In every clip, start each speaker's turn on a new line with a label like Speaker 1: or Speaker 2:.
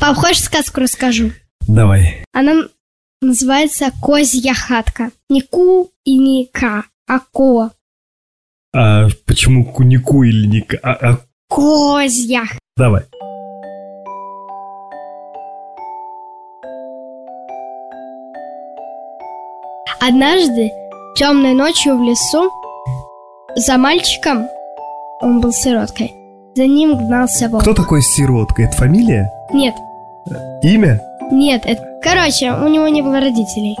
Speaker 1: Пап, хочешь сказку расскажу?
Speaker 2: Давай.
Speaker 1: Она называется «Козья хатка». Не ку и не ка, а ко.
Speaker 2: А почему кунику или не... ка- А, а,
Speaker 1: Козья.
Speaker 2: давай.
Speaker 1: Однажды, темной ночью в лесу, за мальчиком, он был сироткой, за ним гнался волк.
Speaker 2: Кто такой сиротка? Это фамилия?
Speaker 1: Нет,
Speaker 2: Имя?
Speaker 1: нет, это... Короче, у него не было родителей.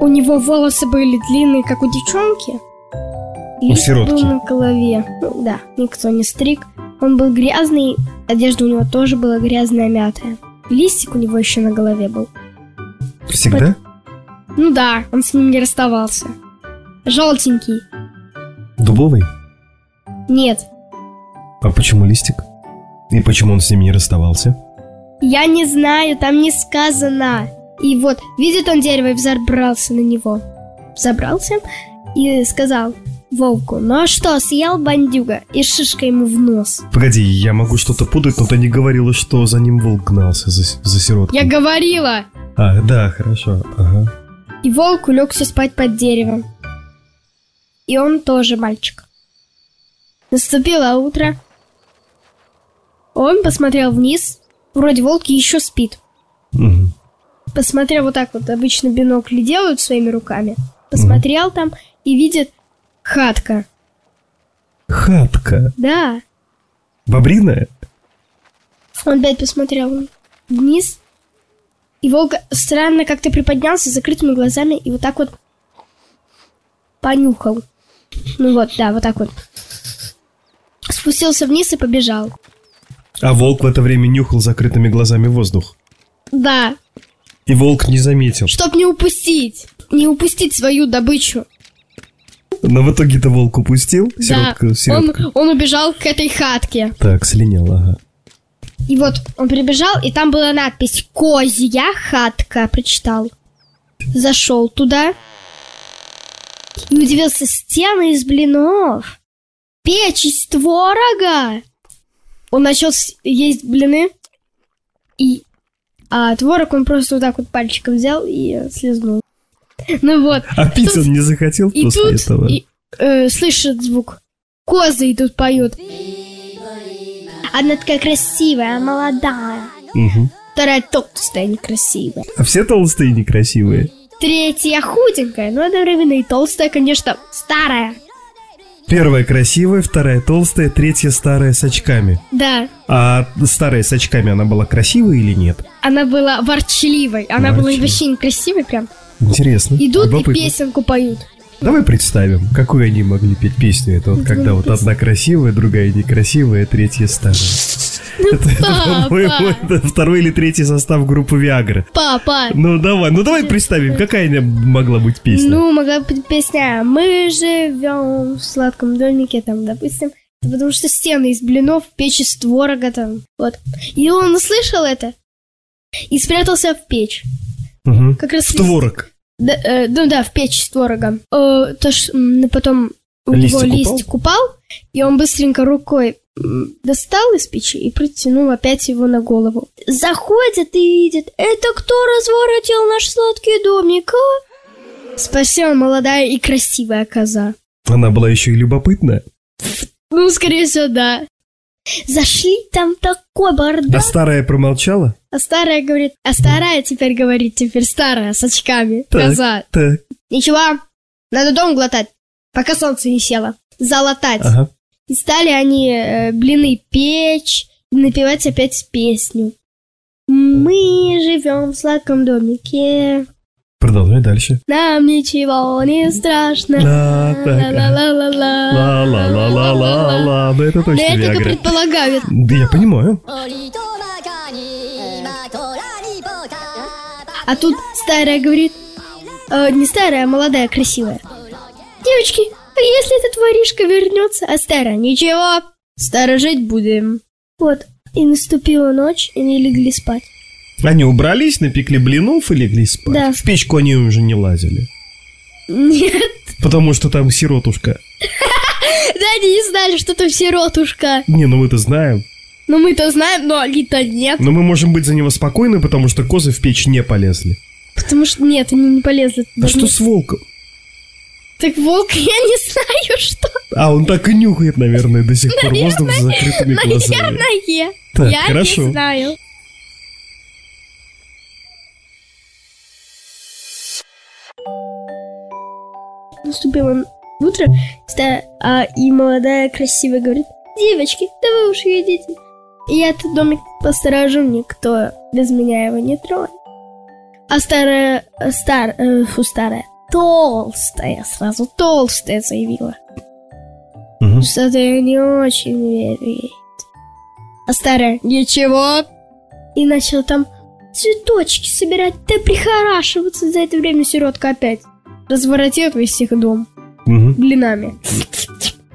Speaker 1: У него волосы были длинные, как у девчонки.
Speaker 2: У
Speaker 1: Лист
Speaker 2: сиротки.
Speaker 1: был на голове. Ну, да, никто не стриг. Он был грязный, одежда у него тоже была грязная, мятая. Листик у него еще на голове был.
Speaker 2: Всегда?
Speaker 1: Ну да, он с ним не расставался. Желтенький.
Speaker 2: Дубовый?
Speaker 1: Нет,
Speaker 2: А почему листик? И почему он с ним не расставался?
Speaker 1: Я не знаю, там не сказано. И вот, видит он дерево и взобрался на него. Взобрался и сказал волку, ну а что, съел бандюга? И шишка ему в нос.
Speaker 2: Погоди, я могу что-то путать, но ты не говорила, что за ним волк гнался, за, с- за сироткой.
Speaker 1: Я говорила!
Speaker 2: А, да, хорошо, ага.
Speaker 1: И волк улегся спать под деревом. И он тоже мальчик. Наступило утро. Он посмотрел вниз. Вроде волк еще спит.
Speaker 2: Мгм.
Speaker 1: посмотрел вот так вот, обычно бинокли делают своими руками, посмотрел там и видит хатка.
Speaker 2: Хатка.
Speaker 1: Да,
Speaker 2: Бобриная?
Speaker 1: он опять посмотрел вниз, и волк странно как-то приподнялся с закрытыми глазами и вот так вот понюхал. Ну вот, да, вот так вот. Спустился вниз и побежал.
Speaker 2: А волк в это время нюхал закрытыми глазами воздух.
Speaker 1: Да,
Speaker 2: И волк не заметил.
Speaker 1: чтоб не упустить, не упустить свою добычу.
Speaker 2: Но в итоге-то волк упустил сиротку.
Speaker 1: да,
Speaker 2: сиротку.
Speaker 1: Он, он убежал к этой хатке.
Speaker 2: Так, слинял, ага.
Speaker 1: И вот он прибежал, и там была надпись «Козья хатка», прочитал. Зашел туда и удивился стены из блинов, печь из творога. Он начал с- есть блины, и а творог он просто вот так вот пальчиком взял и э, слезнул. Ну вот.
Speaker 2: А пить
Speaker 1: Тут-
Speaker 2: он не захотел
Speaker 1: И
Speaker 2: после
Speaker 1: тут
Speaker 2: этого?
Speaker 1: и, э, слышит звук. Козы идут поют. Одна такая красивая, молодая.
Speaker 2: Мгм.
Speaker 1: Вторая толстая, некрасивая.
Speaker 2: А все толстые и некрасивые.
Speaker 1: Третья худенькая, но одновременно и толстая, конечно, старая.
Speaker 2: Первая красивая, вторая толстая, третья старая с очками.
Speaker 1: Да,
Speaker 2: А старая с очками, она была красивая или нет?
Speaker 1: она была ворчливой. Она была
Speaker 2: Ворчливой.
Speaker 1: вообще некрасивой прям.
Speaker 2: Интересно.
Speaker 1: Идут
Speaker 2: Любопытно.
Speaker 1: и песенку поют.
Speaker 2: Давай представим, какую они могли петь песню. Это вот когда вот одна красивая, другая некрасивая, третья старая. Это, это,
Speaker 1: Ну, папа.
Speaker 2: по-моему, это второй или третий состав группы Виагра.
Speaker 1: Папа,
Speaker 2: Ну давай, ну давай представим, какая она могла быть песня.
Speaker 1: ну, могла быть песня «Мы живем в сладком домике», там, допустим. Это Потому что стены из блинов, печь из творога там, вот. И он услышал это и спрятался в печь. Ну,
Speaker 2: Мгм.
Speaker 1: Как раз...
Speaker 2: В творог.
Speaker 1: Да, э, ну да, в печь с творогом. Э, то ж, м, ну, потом у
Speaker 2: Листик
Speaker 1: него
Speaker 2: упал?
Speaker 1: листик упал, и он быстренько рукой м, достал из печи и протянул опять его на голову. Заходит и видит, это кто разворотил наш сладкий домик, а?» Спасела молодая и красивая коза.
Speaker 2: Она была еще и любопытна.
Speaker 1: Ну, скорее всего, да. Зашли там такой
Speaker 2: А
Speaker 1: бардак.
Speaker 2: старая промолчала?
Speaker 1: А старая говорит, а старая теперь говорит, теперь старая с очками.
Speaker 2: Так.
Speaker 1: Коза.
Speaker 2: Так,
Speaker 1: Ничего, надо дом глотать, пока солнце не село. Залатать.
Speaker 2: ага.
Speaker 1: И стали они э, блины печь и напевать опять песню. Мы живем в сладком домике,
Speaker 2: Продолжай дальше.
Speaker 1: нам ничего не страшно.
Speaker 2: Да, так. ага.
Speaker 1: Ла-ла-ла-ла.
Speaker 2: Ла-ла-ла-ла-ла-ла. Ну это
Speaker 1: Да
Speaker 2: точно
Speaker 1: я только
Speaker 2: Виагра.
Speaker 1: предполагаю.
Speaker 2: Да я понимаю.
Speaker 3: 檻と中に今虎にポタ
Speaker 1: А тут старая говорит, э, не старая, а молодая, красивая. Девочки, а если этот воришка вернется? А старая, ничего, старо жить будем. Вот, и наступила ночь, и они легли спать.
Speaker 2: Они убрались, напекли блинов и легли спать.
Speaker 1: Да.
Speaker 2: В печку они уже не лазили.
Speaker 1: Нет,
Speaker 2: Потому что там сиротушка.
Speaker 1: да, они не знали, что ты сиротушка.
Speaker 2: Не, ну мы-то знаем.
Speaker 1: Но мы-то знаем, но они-то нет.
Speaker 2: Но мы можем быть за него спокойны, потому что козы в печь не полезли.
Speaker 1: Потому что нет, они не полезли.
Speaker 2: Да
Speaker 1: Даже
Speaker 2: что
Speaker 1: не-
Speaker 2: с волком?
Speaker 1: Так волк, я не знаю, что.
Speaker 2: А он так и нюхает, наверное, до сих пор воздух с закрытыми глазами.
Speaker 1: Наверное.
Speaker 2: Так,
Speaker 1: я
Speaker 2: хорошо.
Speaker 1: не знаю. Наступило утро, да, а, и молодая красивая говорит, девочки, да вы уж едите. И я этот домик посторожу, никто без меня его не тронет. А старая, э, стар, э, фу, старая, толстая, сразу толстая заявила.
Speaker 2: Мгм.
Speaker 1: Что-то я не очень верю ей. А старая, ничего. И начала там цветочки собирать, да прихорашиваться. За это время сиротка опять разворотила весь их дом
Speaker 2: Мгм.
Speaker 1: блинами.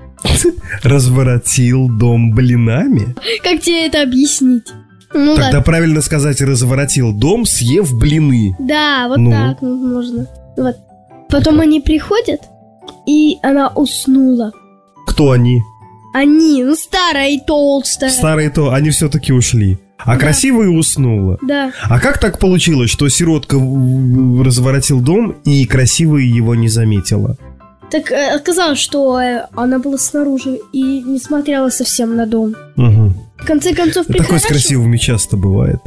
Speaker 2: Разворотил дом блинами?
Speaker 1: Как тебе это объяснить? Ну ладно.
Speaker 2: Тогда правильно сказать, разворотил дом, съев блины.
Speaker 1: Да, вот
Speaker 2: Ну.
Speaker 1: так ну, можно. Вот. Потом они приходят, и она уснула.
Speaker 2: Кто они?
Speaker 1: Они, ну старая и толстая.
Speaker 2: Старые то, они все-таки ушли. А красивые уснула.
Speaker 1: Да.
Speaker 2: А как так получилось, что сиротка в- в- разворотил дом и красивые его не заметила?
Speaker 1: Так э, оказалось, что э, она была снаружи и не смотрела совсем на дом.
Speaker 2: Угу.
Speaker 1: В конце концов,
Speaker 2: Такое с
Speaker 1: прихорашивалась.
Speaker 2: красивыми часто бывает.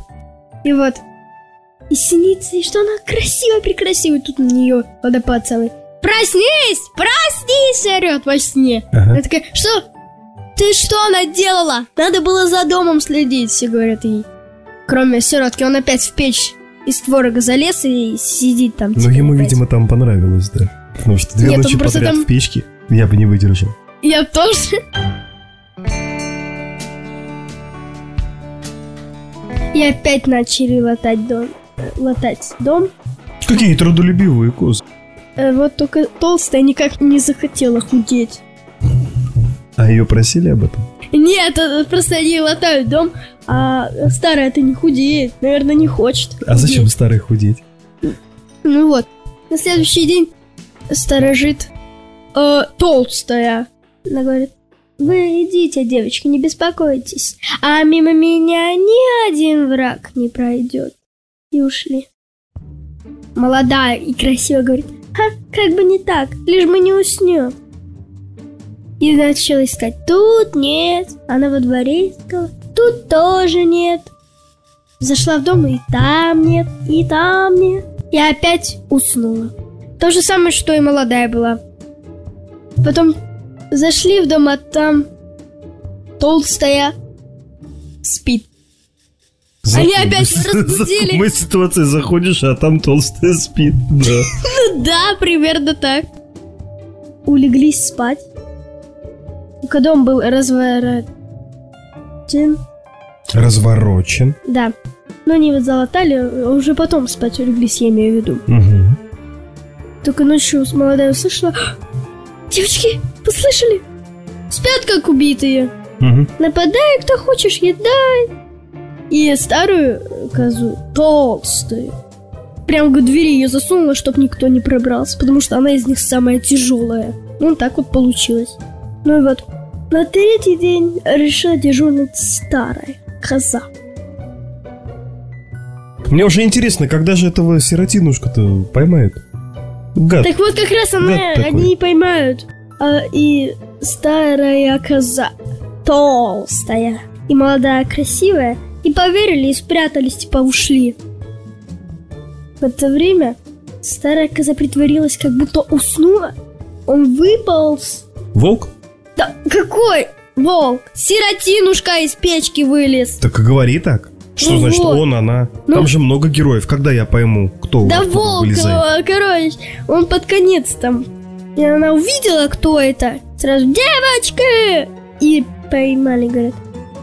Speaker 1: И вот. И синица, и что она красивая, прекрасивая. Тут на нее водопад целый. Проснись! Проснись! Орет во сне. Она
Speaker 2: Ага.
Speaker 1: такая, что? Ты что наделала? Надо было за домом следить, все говорят ей. Кроме сиротки, он опять в печь из творога залез и сидит там. типа,
Speaker 2: Но
Speaker 1: теперь
Speaker 2: Ну, ему,
Speaker 1: опять.
Speaker 2: видимо, там понравилось, да. Потому что две
Speaker 1: Нет, он
Speaker 2: ночи
Speaker 1: просто
Speaker 2: подряд
Speaker 1: там-
Speaker 2: в печке я бы не выдержал.
Speaker 1: Я тоже. И опять начали латать дом. э, Латать дом.
Speaker 2: Какие трудолюбивые козы.
Speaker 1: Э, Вот только толстая никак не захотела худеть.
Speaker 2: А ее просили об этом?
Speaker 1: Нет, э, просто они латают дом, а старая-то не худеет. Наверное, не хочет.
Speaker 2: А зачем
Speaker 1: худеть.
Speaker 2: старый худеть?
Speaker 1: Ну вот. На следующий день сторожит э, толстая. Она говорит, вы идите, девочки, не беспокойтесь. А мимо меня ни один враг не пройдет. И ушли. Молодая и красивая говорит, ха, как бы не так, лишь бы не уснем. И начала искать, тут нет, она во дворе искала, тут тоже нет. Зашла в дом, и там нет, и там нет. И опять уснула. То же самое, что и молодая была. Потом зашли в дом, а там толстая спит. Они опять разбудили.
Speaker 2: В моей ситуации заходишь, а там толстая спит. Да.
Speaker 1: Да, примерно так. Улеглись спать. Только дом был разворотен.
Speaker 2: Разворочен.
Speaker 1: Да. Но не вот залатали, а уже потом спать улеглись, я имею в виду.
Speaker 2: Мгм.
Speaker 1: Только ночью молодая услышала. Девочки, послышали? Спят как убитые.
Speaker 2: Мгм.
Speaker 1: Нападай, кто хочешь, едай. И старую э, козу, толстую, прям к двери ее засунула, чтобы никто не пробрался, потому что она из них самая тяжелая. Ну, так вот получилось. Ну и вот, на третий день решила дежурить старая коза.
Speaker 2: Мне уже интересно, когда же этого сиротинушку-то поймают? Гад.
Speaker 1: Так вот, как раз она,
Speaker 2: Гад такой.
Speaker 1: они и поймают. А, и старая коза, толстая, и молодая красивая, и поверили, и спрятались, типа ушли. В это время старая коза притворилась, как будто уснула. Он выполз.
Speaker 2: Волк?
Speaker 1: Да какой волк? Сиротинушка из печки вылез.
Speaker 2: Так и говори так. Что
Speaker 1: Ну
Speaker 2: значит
Speaker 1: вот.
Speaker 2: он, она?
Speaker 1: Ну.
Speaker 2: Там же много героев. Когда я пойму, кто
Speaker 1: Да
Speaker 2: оттуда
Speaker 1: волк,
Speaker 2: вылезает?
Speaker 1: э, короче, он под конец там. И она увидела, кто это. Сразу, девочки! И поймали, говорят.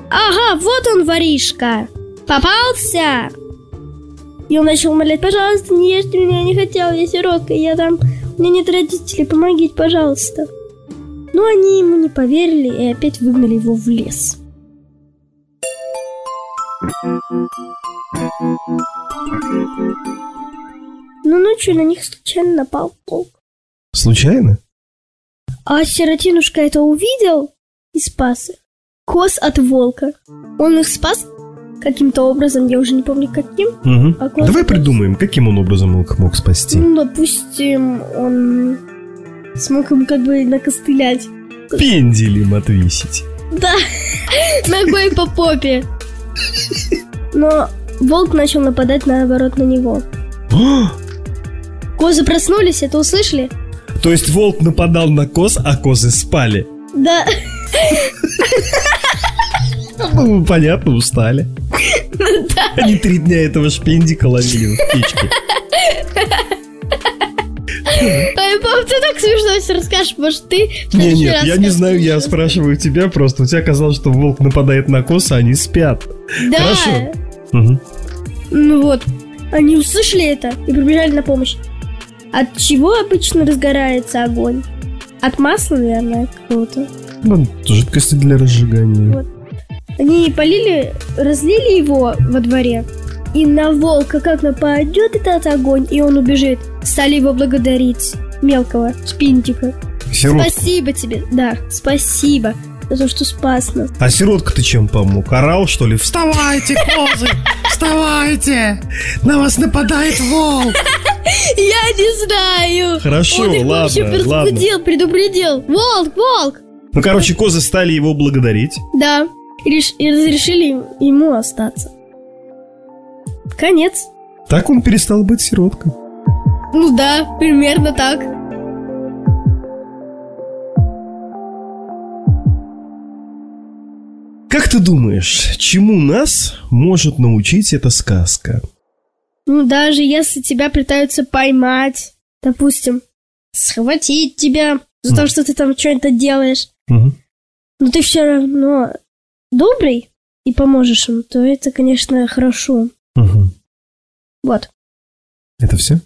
Speaker 1: Ага, вот он, воришка. Попался! И он начал умолять, пожалуйста, не ешьте меня, я не хотел, я сиротка, я там... У меня нет родителей, помогите, пожалуйста. Но они ему не поверили и опять выгнали его в лес. Но ночью на них случайно напал волк.
Speaker 2: Случайно?
Speaker 1: А Сиротинушка это увидел и спас их. Коз от волка. Он их спас каким-то образом, я уже не помню каким.
Speaker 2: Мгм.
Speaker 1: А кот-
Speaker 2: Давай придумаем, каким он образом их мог спасти.
Speaker 1: Ну, допустим, он смог им как бы накостылять.
Speaker 2: Пенделем отвесить.
Speaker 1: Да, ногой по попе. Но волк начал нападать наоборот на него.
Speaker 2: А!
Speaker 1: Козы проснулись, это услышали?
Speaker 2: То есть волк нападал на коз, а козы спали.
Speaker 1: Да,
Speaker 2: Ну, понятно, устали. Они три дня этого шпендика ловили в печке.
Speaker 1: Ой, пап, ты так смешно все расскажешь, может, ты в
Speaker 2: Не,
Speaker 1: следующий
Speaker 2: нет,
Speaker 1: раз
Speaker 2: я не знаю, я
Speaker 1: расскажешь.
Speaker 2: спрашиваю тебя просто. У тебя казалось, что волк нападает на коз, а они спят.
Speaker 1: Да,
Speaker 2: Хорошо. Мгм.
Speaker 1: ну вот, они услышали это и прибежали на помощь. От чего обычно разгорается огонь? От масла, наверное, какого-то.
Speaker 2: Ну, жидкости для разжигания.
Speaker 1: Вот. Они полили, разлили его во дворе. И на волка как нападет этот огонь, и он убежит. Стали его благодарить. Мелкого, шпинтика.
Speaker 2: Сирот-
Speaker 1: Спасибо тебе. Да, спасибо за то, что спас нас.
Speaker 2: А сиротка-то чем помог? Орал, что ли? Вставайте, козы! Вставайте! На вас нападает волк!
Speaker 1: Я не знаю.
Speaker 2: Хорошо,
Speaker 1: Он их вообще
Speaker 2: ладно, ладно.
Speaker 1: предупредил, предупредил. Волк, волк.
Speaker 2: Ну, короче, козы стали его благодарить.
Speaker 1: Да. И, реш- и разрешили им- ему остаться. Конец.
Speaker 2: Так он перестал быть сироткой.
Speaker 1: Ну да, примерно так.
Speaker 2: Как ты думаешь, чему нас может научить эта сказка?
Speaker 1: Ну, даже если тебя пытаются поймать, допустим, схватить тебя за то,
Speaker 2: Мгм.
Speaker 1: что ты там что-нибудь делаешь,
Speaker 2: Мгм.
Speaker 1: но ты все равно добрый и поможешь им, то это, конечно, хорошо.
Speaker 2: Мгм.
Speaker 1: Вот.
Speaker 2: Это все?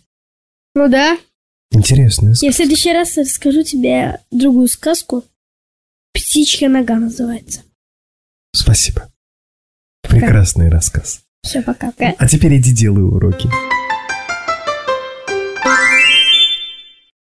Speaker 1: Ну да,
Speaker 2: Интересно.
Speaker 1: я в следующий раз расскажу тебе другую сказку. Птичья нога называется.
Speaker 2: Спасибо. Прекрасный рассказ.
Speaker 1: Все, пока. Пока.
Speaker 2: А теперь иди делай уроки.